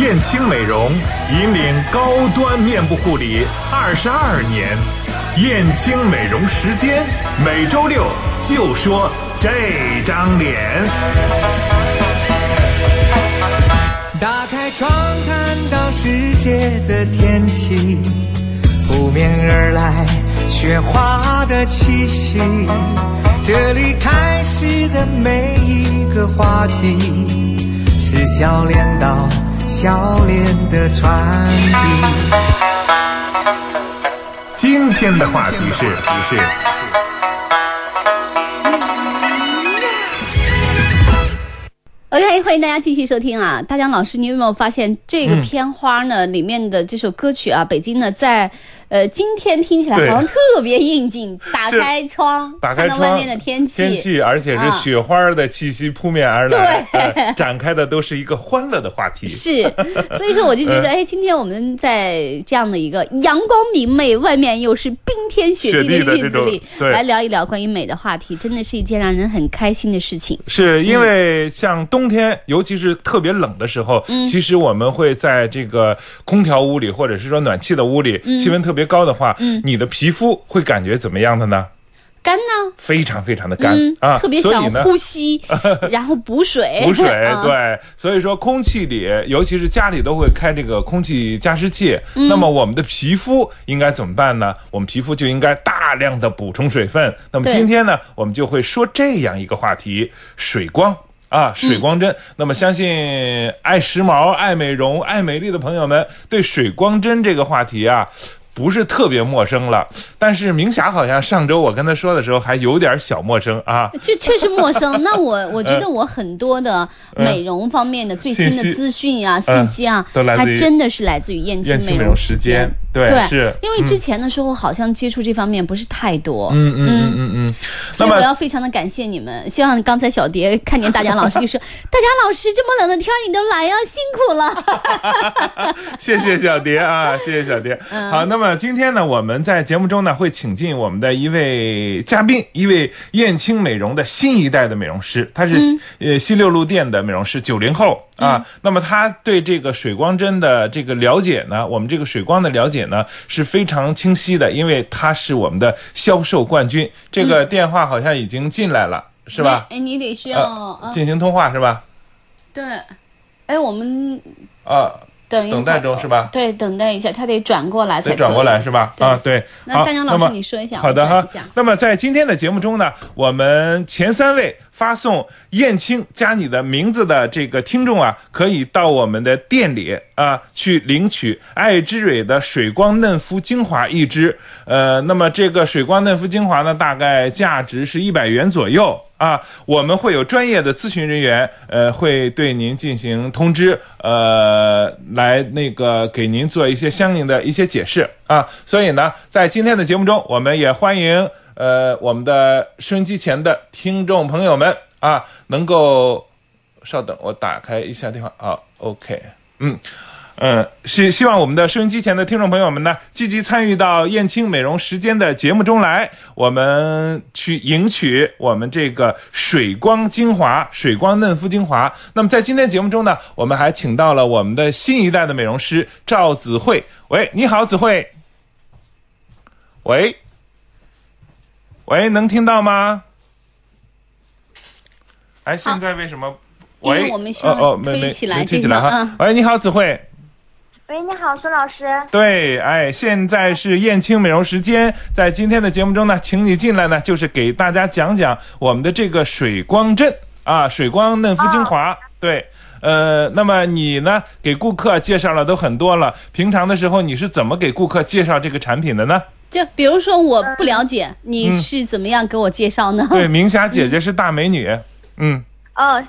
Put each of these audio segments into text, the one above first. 燕青美容引领高端面部护理二十二年，燕青美容时间每周六就说这张脸。打开窗，看到世界的天气，扑面而来雪花的气息。这里开始的每一个话题，是笑脸到笑脸的传递。今天的话题是是。 OK，欢迎大家继续收听啊！大江老师，你有没有发现这嗯个片花呢？里面的这首歌曲啊，《北京》呢，在呃今天听起来好对像特别应景。打是开窗，打开看到外窗，面的天气，啊天气，而且是雪花的气息扑面而来，对哎呃展开的都是一个欢乐的话题。是，所以说我就觉嗯得，哎，今天我们在这样的一个阳光明媚，外面又是冰天雪地雪地的日这子种里，对来聊一聊关于美的话题，真的是一件让人很开心的事情。是因嗯为像冬天，尤其是特别冷的时候，其实我们会在这个空调屋里，或者是说暖气的屋里，嗯气温特别高的话，你的皮肤会感觉怎么样的呢？干呢，非常非常的干、嗯，啊，特别所以想呢呼吸，然后补水， 补水 啊，对，所以说空气里，尤其是家里都会开这个空气加湿器。嗯那么我们的皮肤应该怎么办呢？我们皮肤就应该大量的补充水分。那么对今天呢，我们就会说这样一个话题：水光。嗯啊，水光针。那么，相信爱时髦、爱美容、爱美丽的朋友们，对水光针这个话题啊，不是特别陌生了。但是，明霞好像上周我跟她说的时候，还有点小陌生 啊。这确实陌生。那我我觉得我很多的美容方面的最新的嗯信息资讯啊、嗯信息啊，都来自于还真的是来自于燕燕青美美容容时间，对，对，是。因为之前的时候好像接触这方面不是太多，嗯嗯嗯嗯嗯，那所以我么要非常的感谢你们，希望刚才小蝶看见大江老师就说：“ 大江老师，这么冷的天儿你都来呀、辛苦了。谢谢小蝶啊，谢谢小蝶。好，那么今天呢，我们在节目中呢会请进我们的一位嘉宾，一位燕青美容的新一代的美容师，她是呃西六路店的美容师，九零后啊。那么她对这个水光针的这个了解呢，我们这个水光的了解呢是非常清晰的，因为她是我们的销售冠军。这个电话好像已经进来了，”是吧？哎，哎你得需要、呃，啊，进行通话是吧？对，哎，我们啊，等一会儿等待中是吧？对，等待一下，他得转过来才得转过可以来是吧？对啊，对。那好大江老那么师，你说一下，好我的转哈一下。。那么在今天的节目中呢，我们前三位发送“燕青”加你的名字的这个听众啊，可以到我们的店里啊去领取爱之蕊的水光嫩肤精华一支。呃，那么这个水光嫩肤精华呢，大概价值是一百元左右。啊，我们会有专业的咨询人员，呃，会对您进行通知，呃，来那个给您做一些相应的一些解释啊。所以呢，在今天的节目中，我们也欢迎呃我们的收音机前的听众朋友们啊，能够稍等，我打开一下电话啊，OK，嗯。嗯，希希望我们的收音机前的听众朋友们呢，积极参与到燕青美容时间的节目中来，我们去赢取我们这个水光精华、水光嫩肤精华。那么在今天节目中呢，我们还请到了我们的新一代的美容师赵子慧。喂，你好，子慧。喂，喂，能听到吗？哎，现在为什么？因为喂，我们需哦要哦没推没起来没推这起来个哈嗯。喂，你好，子慧。喂，你好，孙老师。对，哎，现在是燕青美容时间，在今天的节目中呢，请你进来呢，就是给大家讲讲我们的这个水光针啊，水光嫩肤精华。啊对，呃，那么你呢，给顾客介绍了都很多了，平常的时候你是怎么给顾客介绍这个产品的呢？就比如说我不了解，你是怎么样给我介绍呢？对，明霞姐姐是大美女， 嗯，哦，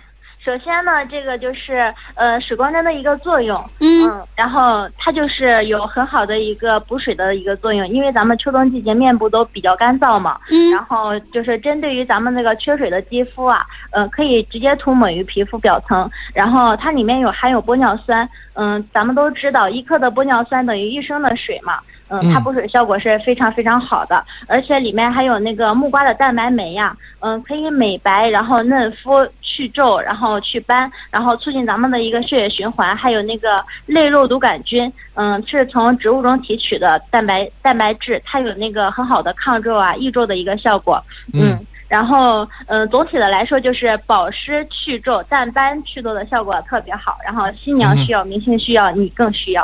首先呢，这个就是呃水光针的一个作用，嗯然后它就是有很好的一个补水的一个作用，因为咱们秋冬季节面部都比较干燥嘛，嗯然后就是针对于咱们那个缺水的肌肤啊，呃，可以直接涂抹于皮肤表层，然后它里面有含有玻尿酸，嗯、咱们都知道一克的玻尿酸等于一升的水嘛，嗯、它嗯补水效果是非常非常好的，而且里面还有那个木瓜的蛋白酶呀、嗯、可以美白，然后嫩肤去皱，然后有祛斑，然后促进咱们的一个血液循环，还有那个类肉毒杆菌，嗯，是从植物中提取的蛋白蛋白质，它有那个很好的抗皱啊、抑皱的一个效果，嗯。然后，嗯、总体的来说就是保湿去皱、淡斑祛痘的效果特别好。然后新娘需要，明星需要，你更需要。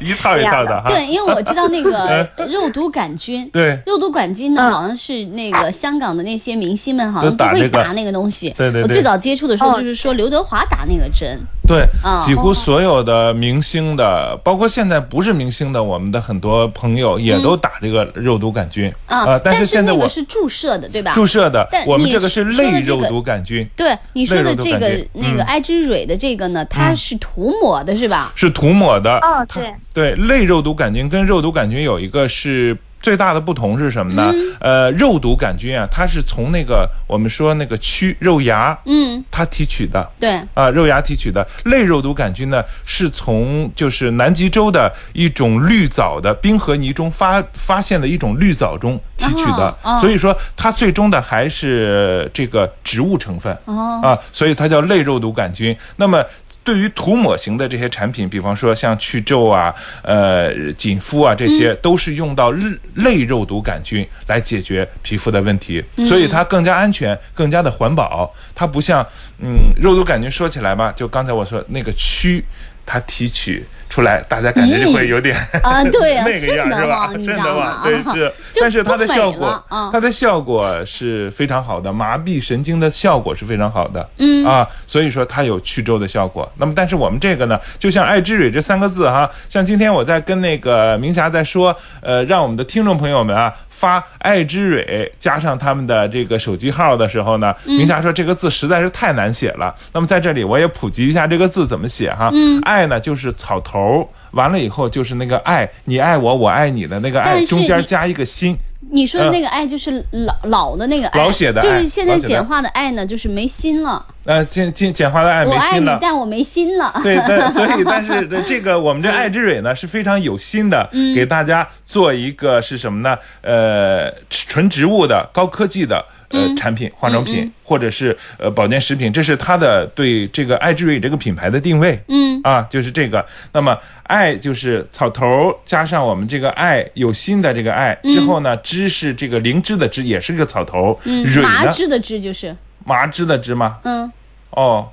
一套一套的哈。嗯对，因为我知道那个 肉毒杆菌，嗯对肉毒杆菌呢，嗯好像是那个香港的那些明星们好都像都打会那个打那个东西。对对对我最早接触的时候哦就是说刘德华打那个针，对啊，几乎所有的明星的，包括现在不是明星的，我们的很多朋友也都打这个肉毒杆菌啊、啊。但但现在那我个是注射的，对吧？注射的但，我们你这个是说的类这肉个毒杆菌，对你说的这类个肉毒杆菌那个嗯艾之蕊的这个呢，它是涂抹的是吧？是涂抹的。哦它对对，类肉毒杆菌跟肉毒杆菌有一个是。最大的不同是什么呢？嗯呃，肉毒杆菌啊，它是从那个我们说那个蛆肉芽，嗯，它提取的，对，啊，肉芽提取的类肉毒杆菌呢，是从就是南极洲的一种绿藻的冰河泥中发发现的一种绿藻中提取的，哦哦所以说它最终的还是这个植物成分、哦啊，所以它叫类肉毒杆菌。那么对于涂抹型的这些产品，比方说像去皱啊、呃紧肤啊这嗯些，都是用到类类肉毒杆菌来解决皮肤的问题，嗯所以它更加安全、更加的环保。它不像嗯肉毒杆菌说起来吧，就刚才我说那个蛆，它提取出来，大家感觉就会有点 啊对啊那个样瘆得是吧？慌你瘆 知道得吗啊慌，对是 就，但是它的不美效了果啊，它的效果是非常好的，麻痹神经的效果是非常好的，嗯啊，所以说它有祛皱的效果。那么，但是我们这个呢，就像爱之蕊这三个字哈，像今天我在跟那个明霞在说，呃，让我们的听众朋友们啊发爱之蕊加上他们的这个手机号的时候呢，嗯明霞说这个字实在是太难写了。那么在这里我也普及一下这个字怎么写哈，嗯爱呢就是草头，完了以后就是那个爱，你爱我，我爱你的那个但爱，是中间你加一个心。你说的那个爱就是老老的那个爱，嗯老写的就爱是现在老写的简化的爱呢，就是没心了。呃，简简简化的爱我没爱心你了，，但我没心了。 对，但所以但是这这个我们这爱之蕊呢是非常有心的，嗯给大家做一个是什么呢？呃，纯植物的高科技的。嗯呃，产品、化妆品、或者是呃保健食品，这是它的对这个爱之蕊这个品牌的定位。嗯啊，就是这个。那么爱就是草头儿加上我们这个爱有心的这个爱之后呢，枝是这个灵芝的芝，也是个草头儿。嗯蕊麻呢，枝的枝就是，麻枝的枝吗？嗯，哦，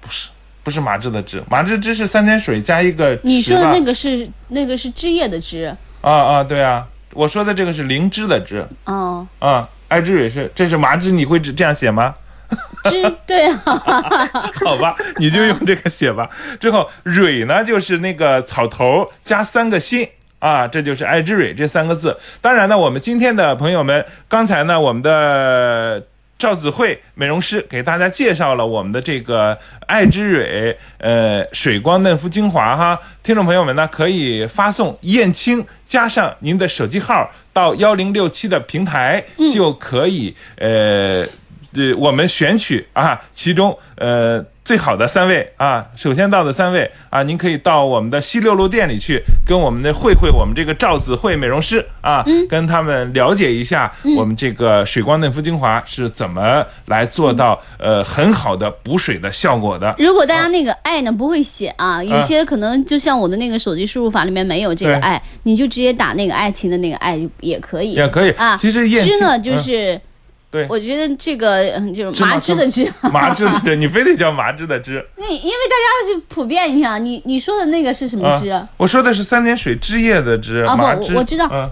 不是，不是麻枝的枝，麻枝枝是三点水加一个池吧。你说的那个是那个是枝叶的枝，啊啊，对啊，我说的这个是灵芝的芝哦，啊，爱之蕊是，这是麻枝，你会这这样写吗？枝对啊， 好吧，你就用这个写吧。之后蕊呢，就是那个草头加三个心。啊，这就是爱之蕊这三个字。当然呢，我们今天的朋友们，刚才呢，我们的赵子慧美容师给大家介绍了我们的这个爱之蕊呃水光嫩肤精华哈。听众朋友们呢，可以发送燕青加上您的手机号到幺零六七的平台，就可以呃呃，我们选取啊，其中呃最好的三位啊，首先到的三位啊，您可以到我们的西六路店里去跟我们的慧慧，我们这个赵子慧美容师啊，嗯跟他们了解一下我们这个水光嫩肤精华是怎么来做到嗯呃很好的补水的效果的。如果大家那个爱呢不会写啊，有些可能就像我的那个手机输入法里面没有这个嗯对爱，你就直接打那个爱情的那个爱就也可以，也可以啊。其实燕枝呢青就嗯是，对 我觉得这个嗯就是芝麻麻枝的枝。 麻枝的枝，你非得叫麻枝的枝。那因为大家就普遍一下，你你说的那个是什么啊枝？啊我说的是三点水枝叶的枝，啊不麻我枝我知道嗯，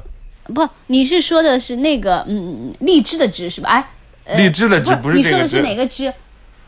不，你是说的是那个嗯荔枝的枝是吧？哎，呃荔枝的枝不不是你这说个啊的是枝哪个枝？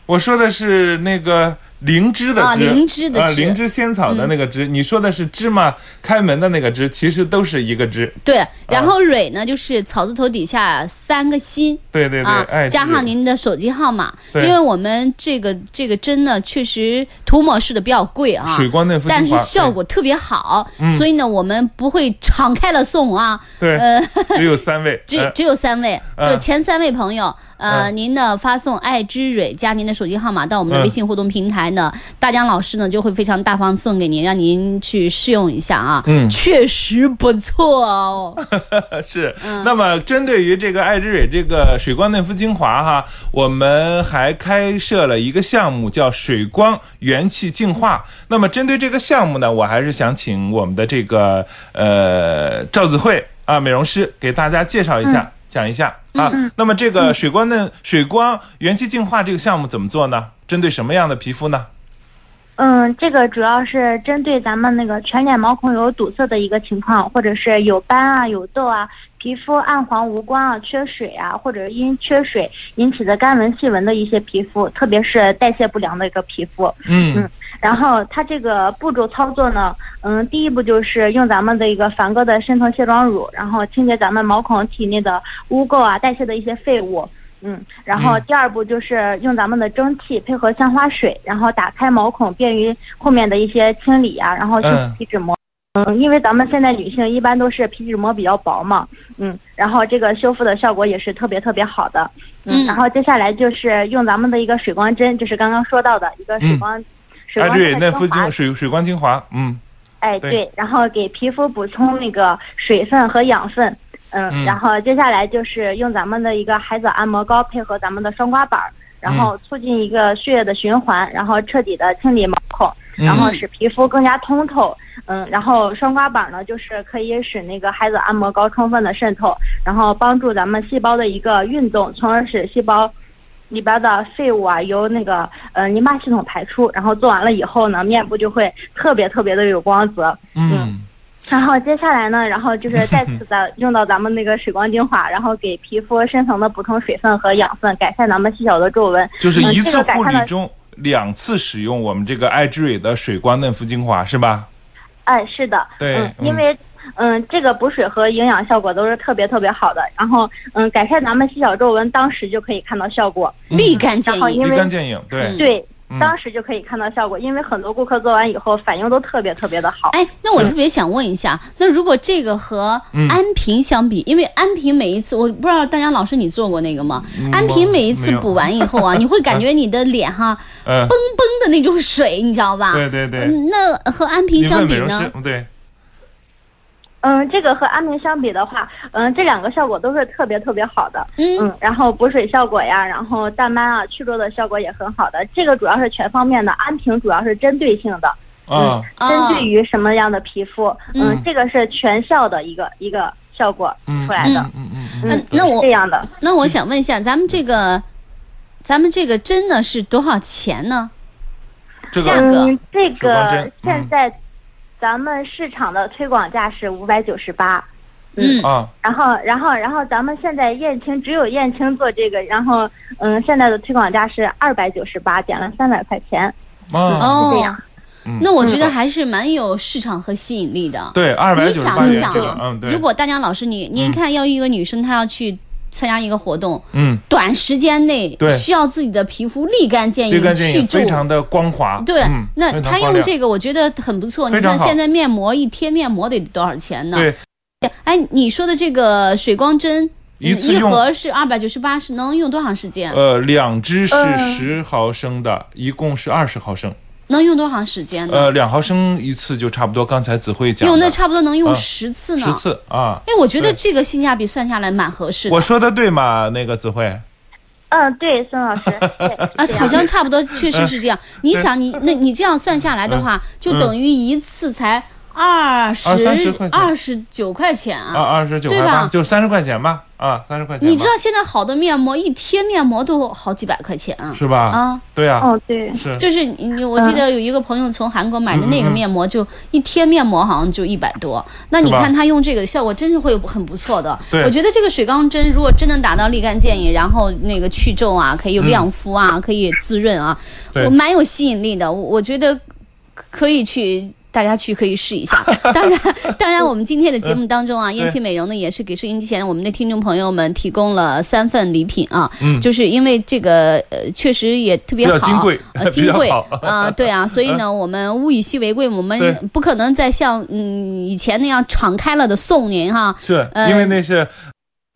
我说的是那个灵芝的啊芝，灵芝的啊芝嗯灵芝仙草的那个芝。你说的是芝麻开门的那个芝，其实都是一个芝。对，然后蕊呢就是草字头底下三个心。对对对，啊哎，，加这个上您的手机号码，因对为我们这个这个针呢，确实涂抹式的比较贵啊，水光嫩肤精华但是效嗯果特别好，所以呢，我们不会敞开了送啊，对，呃，只有三位， 只呃只有三位，嗯就前三位朋友哎呃，您呢发送“爱之蕊”加您的手机号码到我们的微信互动平台呢，大江老师呢就会非常大方送给您，让您去试用一下啊。嗯，确实不错哦。 是，嗯那么针对于这个爱之蕊这个水光嫩肤精华哈，我们还开设了一个项目叫水光元气净化。那么针对这个项目呢，我还是想请我们的这个呃赵子慧啊美容师给大家介绍一嗯下，讲一下啊。那么这个水光嫩水光元气净化这个项目怎么做呢？针对什么样的皮肤呢？嗯，这个主要是针对咱们那个全脸毛孔有堵塞的一个情况，或者是有斑啊、有痘啊、皮肤暗黄无光啊、缺水啊，或者因缺水引起的干纹、细纹的一些皮肤，特别是代谢不良的一个皮肤。嗯然后它这个步骤操作呢，嗯，第一步就是用咱们的一个梵歌的深层卸妆乳，然后清洁咱们毛孔体内的污垢啊、代谢的一些废物。嗯，然后第二步就是用咱们的蒸汽配合香花水，然后打开毛孔，便于后面的一些清理啊，然后清嗯皮脂膜。嗯，因为咱们现在女性一般都是皮脂膜比较薄嘛，嗯，然后这个修复的效果也是特别特别好的。嗯然后接下来就是用咱们的一个水光针，就是刚刚说到的一个水光、水爱光之蕊针的嫩肤精华精水水光精华，嗯。哎，对对，然后给皮肤补充那个水分和养分。嗯，嗯然后接下来就是用咱们的一个海藻按摩膏配合咱们的双刮板儿，然嗯后促进一个血液的循环，然后彻底的清理毛孔，嗯然后使皮肤更加通透。嗯，然后双刮板儿呢，就是可以使那个海藻按摩膏充分的渗透，然后帮助咱们细胞的一个运动，从而使细胞里边的废物啊由那个呃淋巴系统排出，然后做完了以后呢，面部就会特别特别的有光泽。嗯然后接下来呢，然后就是再 次的用到咱们那个水光精华，然后给皮肤深层的补充水分和养分，改善咱们细小的皱纹。，就是嗯一这次个改护善理了，中两次使用我们这个爱之蕊的水光嫩肤精华是吧？哎，是的，对嗯，嗯因为。嗯，这个补水和营养效果都是特别特别好的。然后，嗯，改善咱们细小皱纹，当时就可以看到效果。嗯立竿见然后影因立为竿见影，对，对，嗯当时就可以看到效果，因为很多顾客做完以后反应都特别特别的好。哎，那我特别想问一下，那如果这个和嗯安瓶相比，因为安瓶每一次，我不知道大江老师你做过那个吗？安瓶每一嗯次没有补完以后啊，你会感觉你的脸哈嗯嘣，嘣的那种水，你知道吧？对对对嗯那和安瓶你相问美比容师呢？，对，嗯，这个和安瓶相比的话，嗯，这两个效果都是特别特别好的。嗯嗯，然后补水效果呀，然后淡斑啊、祛皱的效果也很好的。这个主要是全方面的，安瓶主要是针对性的，啊，针啊对于什么样的皮肤，嗯，嗯这个是全效的一个一个效果嗯出来的。嗯嗯嗯嗯那是我这样的，那我想问一下，咱们这个，咱们这个针呢是多少钱呢？这个价啊格嗯，这水光针个嗯现在咱们市场的推广价是五百九十八。嗯，啊，然后，然后，然后，咱们现在燕青只有燕青做这个，然后，嗯，现在的推广价是二百九十八，减了三百块钱。啊，是这哦样，嗯那我觉得还是蛮有市场和吸引力的。对，二百你九十八想一元想这个，嗯，对，如果大江老师你你嗯看，要一个女生她要去参加一个活动，嗯，短时间内对需要自己的皮肤立竿见立竿影、见去影，皱非。常的光滑，对嗯，那非常她光用亮这个我觉得很不错。你非常看好现在面膜一贴面膜得多少钱呢？对哎，你说的这个水光针嗯一次一用盒是二百九十八，是能用多长时间？呃，两支是嗯十毫升的，一共是二十毫升，能用多长时间呢？呃，两毫升一次就差不多。刚才子慧讲用那的差不多能用嗯十次呢。十次啊，哎，我觉得对这个性价比算下来蛮合适的我。说的对吗？那个子慧，嗯，对，孙老师，对， 啊，是这好样像差不多，确实是这样。呃你想你，那你这样算下来的嗯话，就等于一次才二十20块钱二十九块钱啊，啊。二十九对块吧八，就三十块钱吧，啊，三十块钱吧，你知道现在好的面膜一贴面膜都好几百块钱啊，是吧？啊，对啊，哦，对，是，嗯就是你，我记得有一个朋友从韩国买的那个面膜，就一贴面膜好像就一百多。那你是吧看他用这个效果，真是会有很不错的。对我觉得这个水光针如果真能达到立竿见影，然后那个去皱啊，可以嗯有亮肤啊，可以滋润啊，对我蛮有吸引力的。我我觉得可以去。大家去可以试 一下，当然，当然，我们今天的节目当中啊，燕青美容呢也是给收音机前我们的听众朋友们提供了三份礼品啊，嗯就是因为这个呃，确实也特别比好，较金贵 呃，比金较贵好啊，对啊，所以呢，我们物以稀为贵，对我们不可能再像嗯以前那样敞开了的送您哈，是呃因为那是。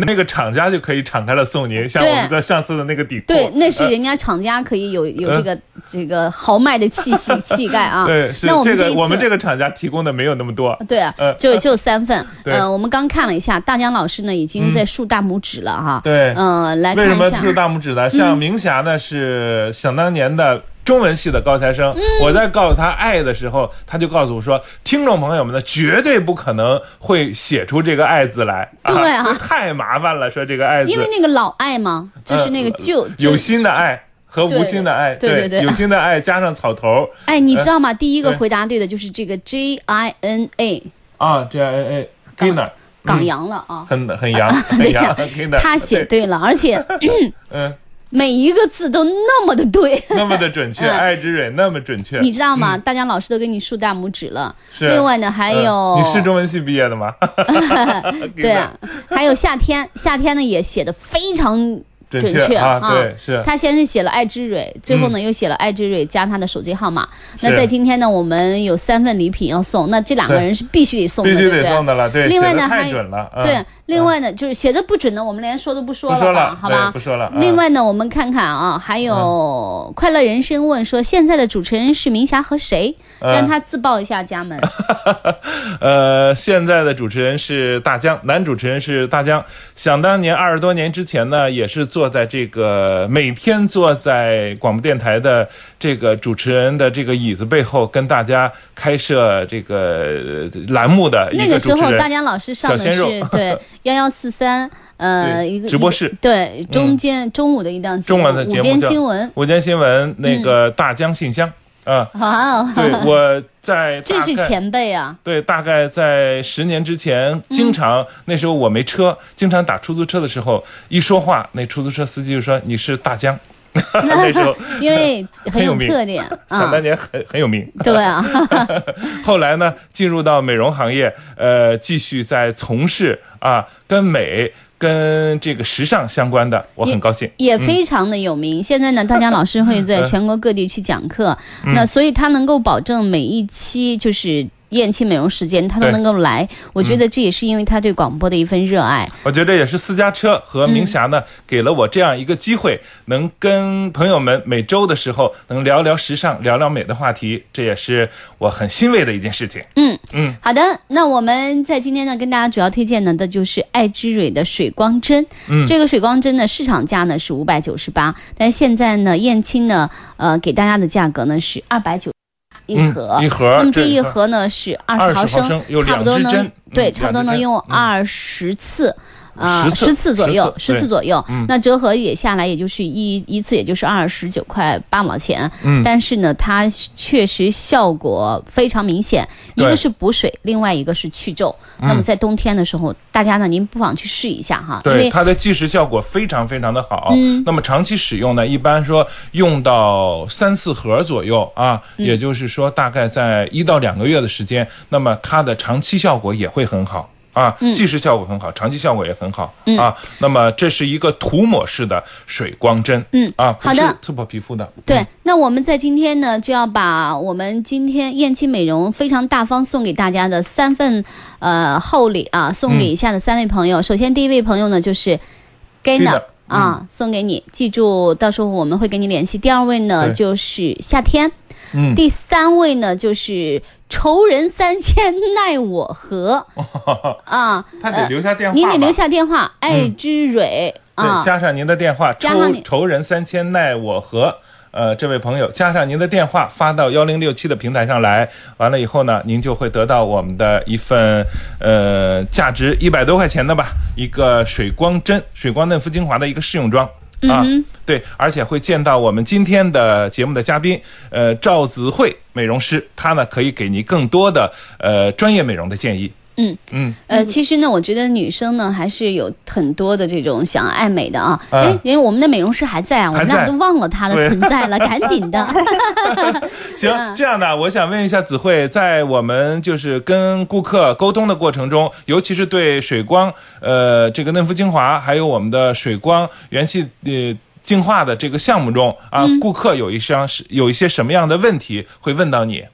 那个厂家就可以敞开了送您，像对我们在上次的那个底裤，对，那是呃人家厂家可以有有这个这个豪迈的气 息气概啊。对，是那我这们这个一我们次这个厂家提供的没有那么多。对啊呃，就就三份。对嗯呃，我们刚看了一下，大江老师呢已经在竖大拇指了哈。对嗯，来为看什么一竖下。嗯大拇指呢？像明霞呢，是想当年的中文系的高材嗯生。我在告诉她爱的时候，她就告诉我说，听众朋友们呢，绝对不可能会写出这个爱字来。对啊这太麻烦了，说这个爱字，因为那个老爱嘛，就是那个旧就呃有心的爱和无心的爱，对对对对有心的爱加上草头哎，你知道吗？第一个呃对嗯回答对的就是这个 J I N A 啊，J I N A g i n a 港洋了啊。很很洋很对洋呀 g i n a 他写对了，而且呃 嗯每一个字都那么的对。那么的准确， 嗯爱之蕊那么准确，你知道吗？大江老师都给你竖大拇指了。嗯是另外呢，还有嗯你是中文系毕业的吗？ 对啊，还有夏天，夏天呢也写的非常准准嗯确啊对是他先是写了爱之蕊，最后呢又写了爱之蕊加他的手机号码。那在今天呢，我们有三份礼品要送，那这两个对人是必须得送的，必须对得不送对？的了，对，另外呢写得还太准了，嗯对，另外呢，就是写的不准的，我们连说都不说不说吧了，，好吧对不？说了。嗯嗯另外呢，我们看看啊，还有快乐人生问说，现在的主持人是明霞和谁？嗯让他自报一下家门。呃，现在的主持人是大江，男主持人是大江。想当年二十多年之前呢，也是坐在这个每天坐在广播电台的这个主持人的这个椅子背后，跟大家开设这个呃栏目的 一那个主时持候，人大江老师上的小鲜是肉 对幺幺四三，呃，对一个直播一个室嗯对，中间中午的一档节中目文的午节目间叫新闻。午间新闻那个嗯大江信箱啊、哇哦， 对，我在这是大概前辈啊！对，大概在十年之前，经常、那时候我没车，经常打出租车的时候，一说话，那出租车司机就说你是大江， 那 时候因为很很有有名嗯特点想啊 当，年很很有名。对啊，后来呢，进入到美容行业，呃，继续在从事啊跟美跟这个时尚相关的，我很高兴。 也非常的有名。现在呢，大江老师会在全国各地去讲课，嗯那所以他能够保证每一期就是。燕青美容时间，他都对嗯能够来，我觉得这也是因为他对广播的一份热爱。我觉得也是私家车和明霞呢，给了我这样一个机会，能跟朋友们每周的时候能聊聊时尚、聊聊美的话题，这也是我很欣慰的一件事情。嗯好的，那我们在今天呢，跟大家主要推荐呢的就是爱之蕊的水光针。嗯，这个水光针呢，市场价呢是五百九十八，但是现在呢，燕青呢，呃，给大家的价格呢是二百九一盒。嗯、一盒。那么这一盒盒呢是二20十毫毫升有差不多两支针能对，嗯差不多两能支针用嗯二十次。啊， 10次十次左右， 10次嗯十次左右，那折合也下来，也就是一一次，也就是二十九块八毛钱。嗯但是呢，它确实效果非常明显，一对嗯个是补水，另外一个是去皱。那么在冬天的时候，大家呢，您不妨去试一下哈，因对为它的即时效果非常非常的好，嗯那么长期使用呢，一般说用到三四盒左右啊，嗯也就是说大概在一到两个月的时间，那么它的长期效果也会很好。啊，嗯即时效果很好，长期效果也很好、啊。那么这是一个涂抹式的水光针，嗯啊，不好是的刺破皮肤的，对，那我们在今天呢，就要把我们今天燕青美容非常大方送给大家的三份呃厚礼啊，送给以下的三位朋友。首先，第一位朋友呢就是 Gina Gina，啊，送给你，记住，到时候我们会跟你联系。第二位呢对就是夏天，嗯第三位呢就是仇人三千奈我何啊， 哦他得留下电话吧，嗯您得留下电话，爱之蕊、对，啊。加上您的电话，加抽上你仇人三千奈我何？呃，这位朋友，加上您的电话发到幺零六七的平台上来，完了以后呢，您就会得到我们的一份呃价值一百多块钱的吧，一个水光针、水光嫩肤精华的一个试用装。嗯啊，对，而且会见到我们今天的节目的嘉宾，呃，赵子慧美容师，她呢可以给您更多的呃专业美容的建议。嗯嗯，呃，其实呢，我觉得女生呢还是有很多的这种想爱美的啊。嗯哎、因为我们的美容师还在啊，我还们在俩都忘了她的对存在 了，赶紧的。嗯行，这样的，我想问一下子慧，在我们就是跟顾客沟通的过程中，尤其是对水光呃这个嫩肤精华，还有我们的水光元气呃净化的这个项目中啊，顾客有一项是有一些什么样的问题会问到你，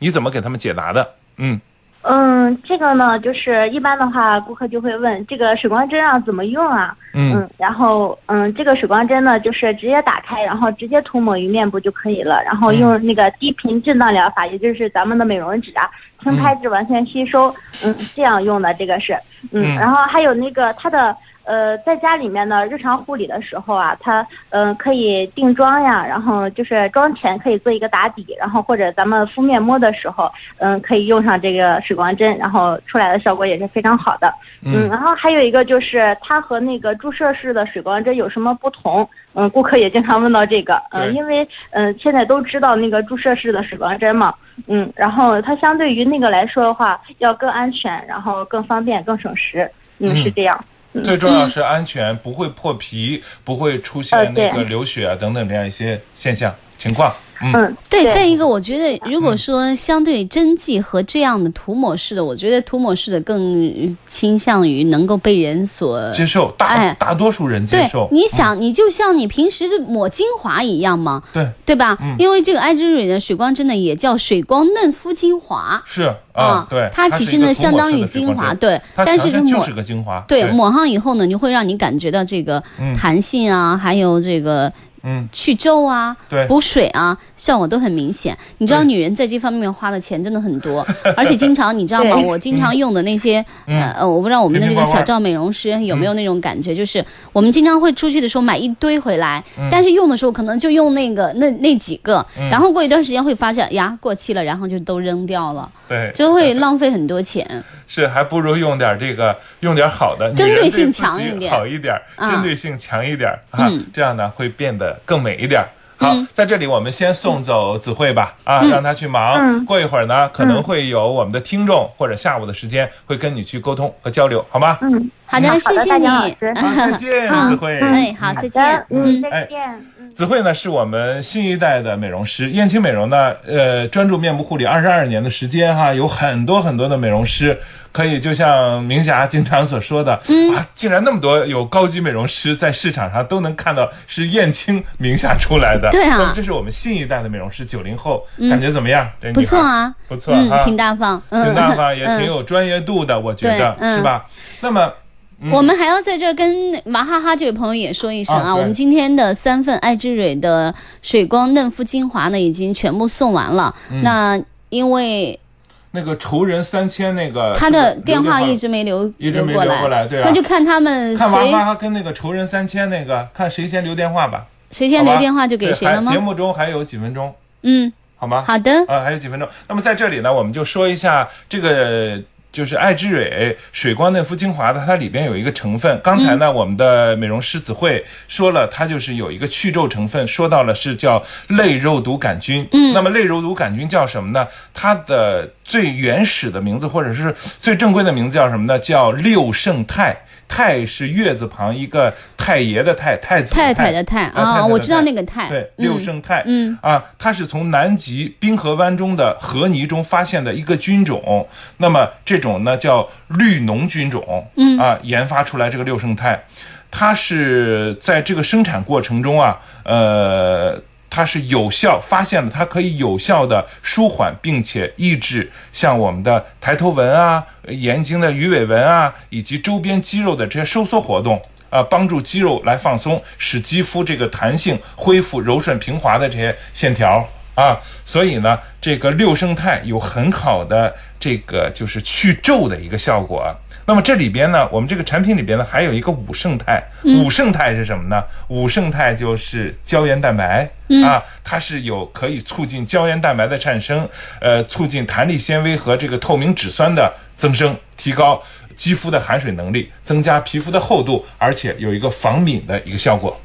你怎么给他们解答的？嗯嗯，这个呢，就是一般的话，顾客就会问这个水光针啊怎么用啊？嗯嗯，然后嗯，这个水光针呢，就是直接打开，然后直接涂抹于面部就可以了，然后用那个低频震荡疗法，也就是咱们的美容纸啊，轻拍至完全吸收，嗯，这样用的这个是，嗯，嗯然后还有那个它的。呃，在家里面的日常护理的时候啊，它嗯、呃可以定妆呀，然后就是妆前可以做一个打底，然后或者咱们敷面膜的时候，嗯、可以用上这个水光针，然后出来的效果也是非常好的。嗯，然后还有一个就是它和那个注射式的水光针有什么不同？嗯，顾客也经常问到这个，对嗯，因为嗯、现在都知道那个注射式的水光针嘛，嗯，然后它相对于那个来说的话，要更安全，然后更方便、更省时，嗯，嗯是这样。最嗯重要是安全，不会破皮，不会出呃现对那个流血啊等等这样一些现象情况。嗯嗯，对，再一个，我觉得如果说相对针剂和这样的涂抹式的，我觉得涂抹式的更倾向于能够被人所接受大哎大多数人接对受。，你想，你就像你平时抹精华一样嘛，对对吧？因为这个爱之蕊呢，水光针呢也叫水光嫩肤精华是啊，对，嗯它其实呢是一个涂抹式的相当于水光精华，针，对，它但强是调它就抹是个精华，对抹上以后呢，就会让你感觉到这个弹性啊，还有这个嗯去皱啊、对补水啊，效果都很明显。你知道，对女人在这方面花的钱真的 很多，而且经常你知道吗？对我经常用的那些，嗯呃呃，我不知道我们的这瓶瓶个罐罐小赵美容师有没有那种感觉，就是我们经常会出去的时候买一堆回来，嗯但是用的时候可能就用那个那那几个，然后过一段时间会发现呀过期了，然后就都扔掉了，对，就会浪费很多钱。是还不如用点这个，用点好的，针女人对性自己强一点嗯好一点，啊针对性强一点啊，这样呢会变得更美一点。好，嗯在这里我们先送走子慧吧，啊，让她去忙。嗯过一会儿呢，可能会有我们的听众或者下午的时间会跟你去沟通和交流，好吗？嗯，好的，好谢的，谢大你家老，师，好，再见，好子慧。哎，好，再好见的，嗯，哎再见，嗯。子慧呢是我们新一代的美容师，燕青美容呢，呃，专注面部护理二十二年的时间哈，有很多很多的美容师，可以就像明霞经常所说的，嗯啊，竟然那么多有高级美容师在市场上都能看到是燕青名下出来的，对啊嗯那么这是我们新一代的美容师，九零后，感觉怎么样？这女孩不错，啊，不错嗯啊，，挺大方，嗯，挺大方，也嗯挺有专业度的，我觉对得嗯是吧？那么。嗯我们还要在这儿跟娃哈哈这位朋友也说一声啊啊，对我们今天的三份爱之蕊的水光嫩肤精华呢，已经全部送完了。嗯那因为那个仇人三千那个他是不是的留电话了一直没留一直没过留过来对啊那就看他们看娃谁哈哈跟那个仇人三千那个，看谁先留电话吧。谁好先吧留电话就给对谁了还吗节？目中还有几分钟，嗯，好吗？好的，啊，还有几分钟。那么在这里呢，我们就说一下这个。就是爱之蕊水光嫩肤精华的，它里边有一个成分。刚才呢，我们的美容师子慧说了，它就是有一个去皱成分，说到了是叫类肉毒杆菌。嗯，那么类肉毒杆菌叫什么呢？它的最原始的名字或者是最正规的名字叫什么呢？叫六胜肽。肽是月字旁一个太爷的太，太子太太太的太呃太太啊，的我知道太那个太，对，嗯六胜肽，嗯啊，它是从南极冰河湾中的河泥中发现的一个菌种，那么这种呢叫绿脓菌种，嗯啊，研发出来这个六胜肽，它是在这个生产过程中啊，呃。它是有效发现了，它可以有效的舒缓并且抑制像我们的抬头纹啊、眼睛的鱼尾纹啊，以及周边肌肉的这些收缩活动。啊，帮助肌肉来放松，使肌肤这个弹性恢复柔顺平滑的这些线条啊。所以呢，这个六胜肽有很好的这个就是去皱的一个效果。啊那么这里边呢，我们这个产品里边呢，还有一个五胜肽。五胜肽是什么呢？五胜肽就是胶原蛋白、啊，它是有可以促进胶原蛋白的产生，呃，促进弹力纤维和这个透明质酸的增生，提高肌肤的含水能力，增加皮肤的厚度，而且有一个防敏的一个效果。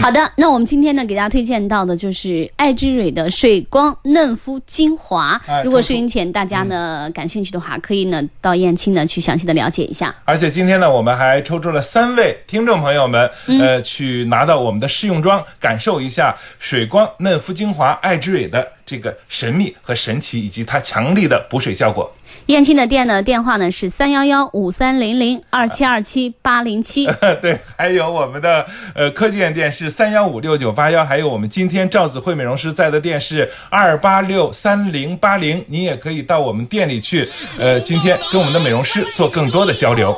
好的，那我们今天呢，给大家推荐到的就是爱之蕊的水光嫩肤精华哎。如果收音前大家呢、感兴趣的话，可以呢到燕青呢去详细的了解一下。而且今天呢，我们还抽出了三位听众朋友们，呃，去拿到我们的试用装，感受一下水光嫩肤精华爱之蕊的这个神秘和神奇，以及它强力的补水效果。燕青的店呢，电话呢是三幺幺五三零零二七二七八零七。 对，还有我们的呃科技园店是三幺五六九八幺，还有我们今天赵子慧美容师在的店是二八六三零八零，你也可以到我们店里去，呃，今天跟我们的美容师做更多的交流。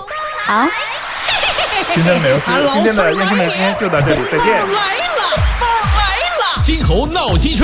好，今天的美容师，今天的燕青美容师就到这里，再见。来了，来了！金猴闹新春。